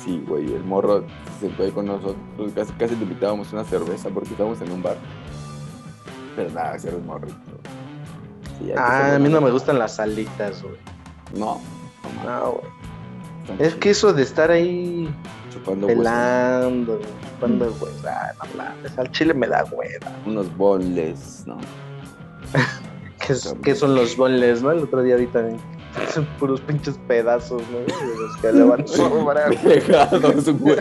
Sí, güey, el morro se sentó ahí con nosotros, casi, casi le invitábamos una cerveza porque estábamos en un bar. Pero nada, ese era un morrito. Sí, hay que Ah, ser a mí no buena me onda. gustan las alitas, güey. No, no mames. No, güey. están Es que eso de estar ahí chupando huesos, pelando, güey, chupando, güey. Ah, no mames, al chile me da, güey. unos bonles, ¿no? que, es- que son los bonles, ¿no? El otro día vi también. Son puros pinches pedazos, ¿no? De los que le van a sobrar. Pegados, güey.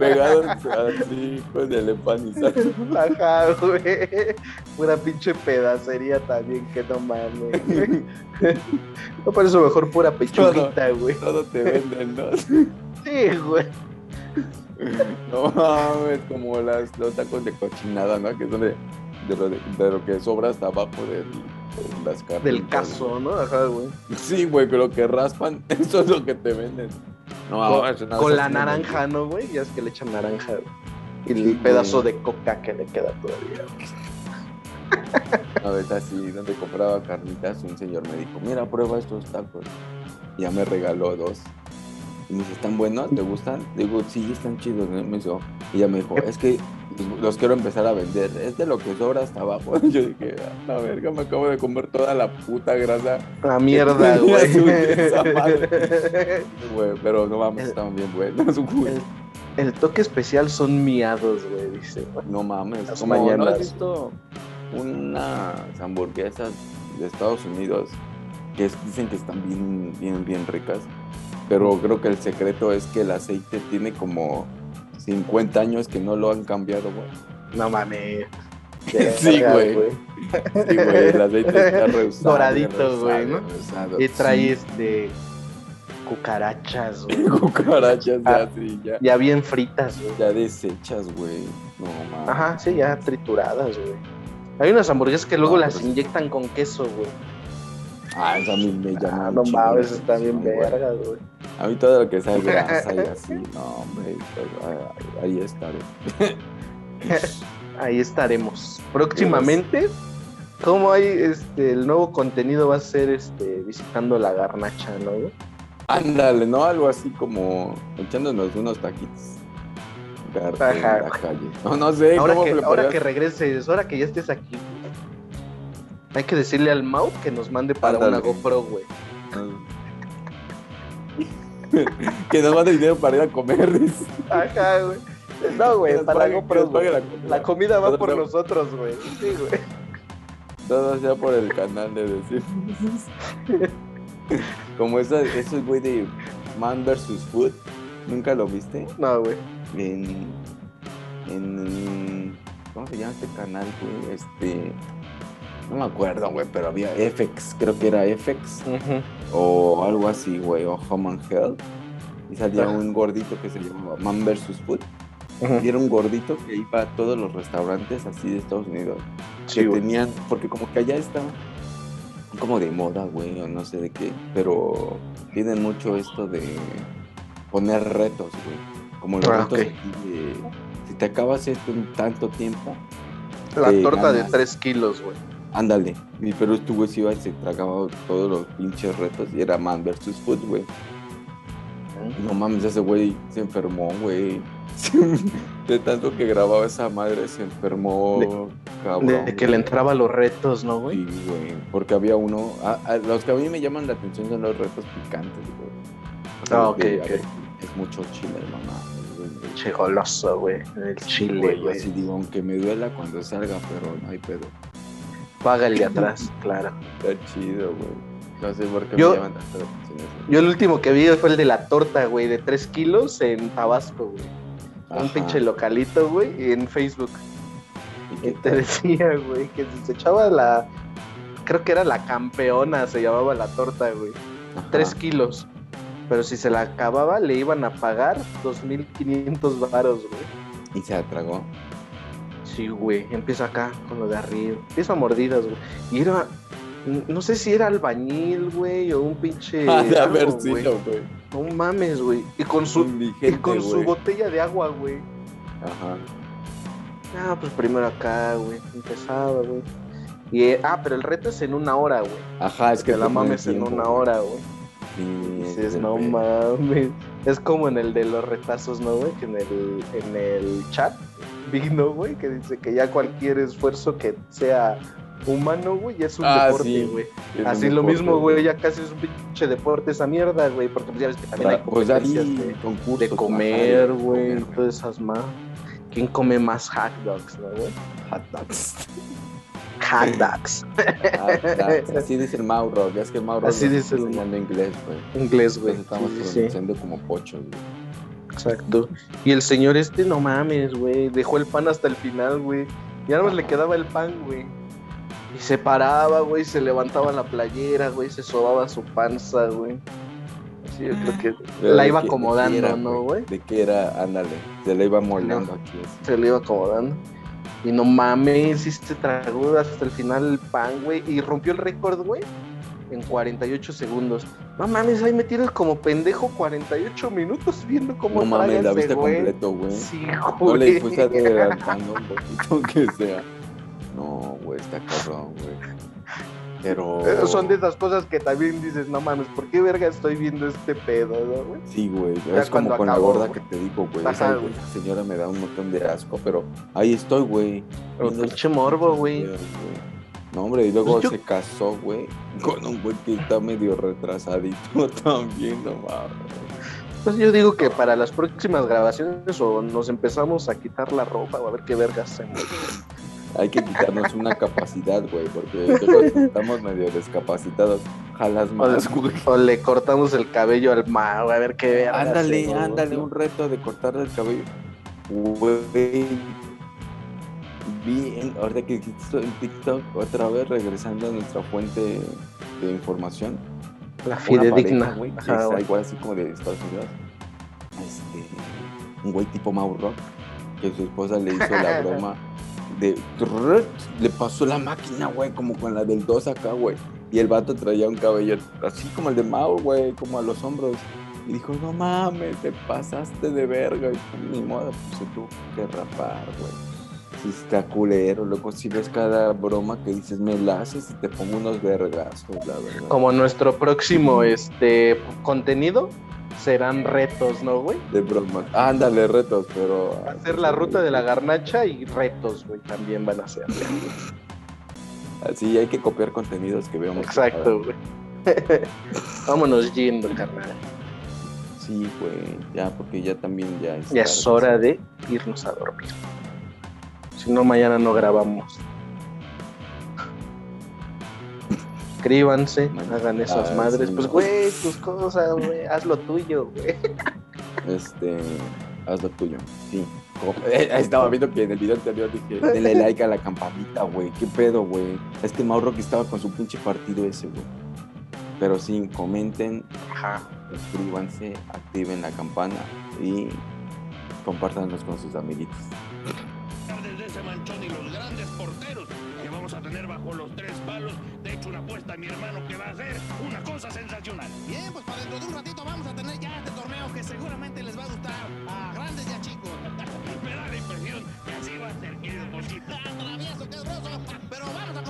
Pegados ah, así con el empanizado. Ajá, güey. Pura pinche pedacería también, que no mames. güey. No por eso mejor pura pechuguita, güey. Todo te venden, ¿no? Sí, güey. No mames, como las, los tacos de cochinada, ¿no? Que son de, de, lo, de, de lo que sobra hasta abajo del, de las carnes. Del caso, ¿no? Ajá, güey. Sí, güey, que lo que raspan, eso es lo que te venden. No, ahora es una Con la así, ¿no? naranja, ¿no, güey? Ya es que le echan naranja, güey. Y Sí, el güey. pedazo de coca que le queda todavía. Una vez así, donde compraba carnitas, un señor me dijo, mira, prueba estos tacos. Y ya me regaló dos. Y me dice, ¿están buenos? ¿Te gustan? Digo, sí, están chidos. ¿no?". Me hizo- y ya me dijo, es que los, los quiero empezar a vender. Es de lo que sobra hasta abajo. Yo dije, "A la verga, me acabo de comer toda la puta grasa. La mierda, güey. Esa madre. Güey, pero no mames, El- estaban bien buenos, güey. El, el toque especial son miados, güey, dice. No mames, Las como no mañanas. has visto unas hamburguesas de Estados Unidos que es- dicen que están bien, bien, bien ricas, pero creo que el secreto es que el aceite tiene como 50 años que no lo han cambiado, güey. No mames. Sí, güey. Sí, güey, el aceite está reusado. Doradito, reusado, güey, ¿no? reusado. Y trae Sí, este cucarachas, güey. cucarachas ya, Ah. sí, ya, Ya bien fritas, güey. ya desechas, güey. No mames. Ajá, sí, ya trituradas, güey. Hay unas hamburguesas que luego No, pues. las pero sí. inyectan con queso, güey. Ah, esa a mí me llama Ah, un no chingo la mames, está bien atención, güey. vergas, güey. A mí todo lo que sea grasa y así, no, hombre, pues, ah, ahí estaré. Ahí estaremos. Próximamente, como hay este, el nuevo contenido va a ser este, visitando la garnacha, ¿no? güey? Ándale, ¿no? Algo así como echándonos unos taquitos. Garra Ajá. en la calle. No, no sé Ahora cómo que, ahora preparar que regreses, ahora que ya estés aquí, güey, hay que decirle al Mau que nos mande para una Ándale. GoPro, güey. que nos mande dinero para ir a comer. dice. Ajá, güey. No, Que güey, nos Pues, para la pague- que GoPro, nos pague güey. la comida. La comida va Todo por sea- nosotros, güey. Sí, güey. Todo sea por el canal de decir. como esa, esos güey de Man vs. Food. ¿Nunca lo viste? No, güey. en, en- ¿cómo se llama este canal, güey? Este, No me acuerdo, güey, pero había FX, creo que era FX Ujú. o algo así, güey, o Home and Health. Y salía Ajá. un gordito que se llamaba Man vs. Food. Ujú. Y era un gordito que iba a todos los restaurantes así de Estados Unidos. Sí, que güey. tenían, porque como que allá está como de moda, güey, o no sé de qué, pero tienen mucho esto de poner retos, güey. Como los Ah, retos ok. aquí de, si te acabas esto en tanto tiempo, La eh, torta de ganas. 3 kilos, güey. ándale. Mi pero este güey se iba y se tragaba todos los pinches retos y era man versus food, güey. No mames, ese güey se enfermó, güey. De tanto que grababa esa madre, se enfermó, De, cabrón. de que güey. le entraba los retos, ¿no, güey? Sí, güey, porque había uno. a- a- los que a mí me llaman la atención son los retos picantes, güey. Ah, Los ok, de, a ok. ver, Es mucho chile, mamá. güey, güey. Che goloso, güey. El chile, Güey, yo güey. sí digo, aunque me duela cuando salga, pero no hay pedo. Págale atrás, claro. Está chido, güey. No sé por qué Yo- me llaman tanto la atención eso. Yo el último que vi fue el de la torta, güey, de 3 kilos en Tabasco, güey. Un Ajá, pinche localito, güey, en Facebook. ¿y qué Y te tal? decía, güey, que se echaba la. Creo que era la campeona, se llamaba la torta, güey. Ajá. 3 kilos. Pero si se la acababa, le iban a pagar 2.500 varos, Y güey. se atragó. Sí, güey. Empieza acá con lo de arriba. Empieza a mordidas, güey. Y era. No sé si era albañil, güey, o un pinche. Ah, de algo, haber güey. sido, güey. No mames, güey. Y con su, y Indigente, con su güey. botella de agua, güey. Ajá. Ah, pues primero acá, güey. Empezaba, güey. Y, eh, ah, pero el reto es en una hora, güey. Ajá, es que que la te ponen mames en tiempo, una güey. hora, güey. Sí, Y es Dices, del no pedo. mames. Es como en el de los retazos, ¿no, güey? Que en el, en el chat digno, güey, que dice que ya cualquier esfuerzo que sea humano, güey, ya es un Ah, deporte, sí. güey. Es un Así lo deporte, mismo, güey, ya casi es un pinche deporte esa mierda, güey, porque pues ya ves que también hay Para- Pues ahí competencias de, concursos, de pues, ajá, comer, de güey, y comer, todas esas más. ¿Quién come más hot dogs, no, güey? Hot dogs. Hot dogs. Hot dogs. Así dice el Mauro, ya es que el Mauro Así nos dice el- está enseñando inglés, güey. Inglés, güey. Entonces estamos Sí, sí, sí. pronunciando como pochos, güey. Exacto. Y el señor este, no mames, güey. Dejó el pan hasta el final, güey. Y nada más le quedaba el pan, güey. Y se paraba, güey. Se levantaba la playera, güey. Se sobaba su panza, güey. Así yo creo que Pero la de iba qué- de qué acomodando, era, ¿no, güey? De qué era, ándale, se la iba moldeando aquí. así. se le iba acomodando. Y no mames, sí se tragó hasta el final el pan, güey. Y rompió el récord, güey. En 48 segundos. No mames, ahí me tienes como pendejo 48 minutos viendo cómo No mames, la traga ese viste güey. completo, güey. Sí, No güey. le fuiste adelantando un poquito, aunque sea. No, güey, está cabrón, güey. Pero... Eh, Son de esas cosas que también dices, no mames, ¿por qué verga estoy viendo este pedo, no, güey? Sí, güey. Ya Es como cuando con la acabó, gorda güey. que te digo, güey. Ajá, Esa, güey. esa señora me da un montón de asco, pero ahí estoy, güey. Pero Viendo pinche esos morbo, pinches güey. videos, No, hombre, y luego Pues yo- se casó, güey, con un güey que está medio retrasadito también, no mames. Pues yo digo que para las próximas grabaciones o nos empezamos a quitar la ropa o a ver qué verga hacemos. Hay que quitarnos una capacidad, güey, porque yo creo que estamos medio descapacitados. Jalas más, güey. O le cortamos el cabello al mago, a ver qué verga Ándale, hacemos, ándale, ¿no? un reto de cortarle el cabello. Güey. Vi en, ahorita que dijiste esto en TikTok, otra vez regresando a nuestra fuente de información. La una fidedigna. pareja, güey, que Ajá, está güey. igual así como de Estados Unidos. Este, un güey tipo Mauro, que su esposa le hizo la broma de trrrt, le pasó la máquina, güey, como con la del 2 acá, güey. Y el vato traía un cabello así como el de Mauro, güey, como a los hombros. Y dijo, no mames, te pasaste de verga. Y pues, ni modo, pues se tuvo que rapar, güey. Si está culero, loco, si ves cada broma que dices, me la haces y te pongo unos vergazos, la verdad. Como nuestro próximo este contenido serán retos, ¿no, güey? De bromas. Ándale, retos, pero. Va a ser la ruta de la garnacha y retos, güey, también van a ser. Así hay que copiar contenidos que veamos. Exacto, güey. Vámonos yendo, carnal. Sí, güey. Ya, porque ya también ya es. Ya es tarde. hora de irnos a dormir. Si no, mañana no grabamos. Escríbanse, Mañana. hagan esas Ah, madres. sí, Pues, no. güey, tus cosas, güey. Haz lo tuyo, güey. Este. Haz lo tuyo. Sí. Como- eh, eh, estaba viendo que en el video anterior dije, denle like a la campanita, güey. ¿Qué pedo, güey? Es que Mauro que estaba con su pinche partido ese, güey. Pero sí, comenten, Ajá. suscríbanse, activen la campana y compártanos con sus amiguitos. tardes de ese manchón y los grandes porteros que vamos a tener bajo los tres palos. De hecho, una apuesta a mi hermano que va a hacer una cosa sensacional. Bien, pues para dentro de un ratito vamos a tener ya este torneo que seguramente les va a gustar a grandes y a chicos. Me da la impresión que así va a ser, querido Pochito. Tan travieso, qué groso, pero vamos a este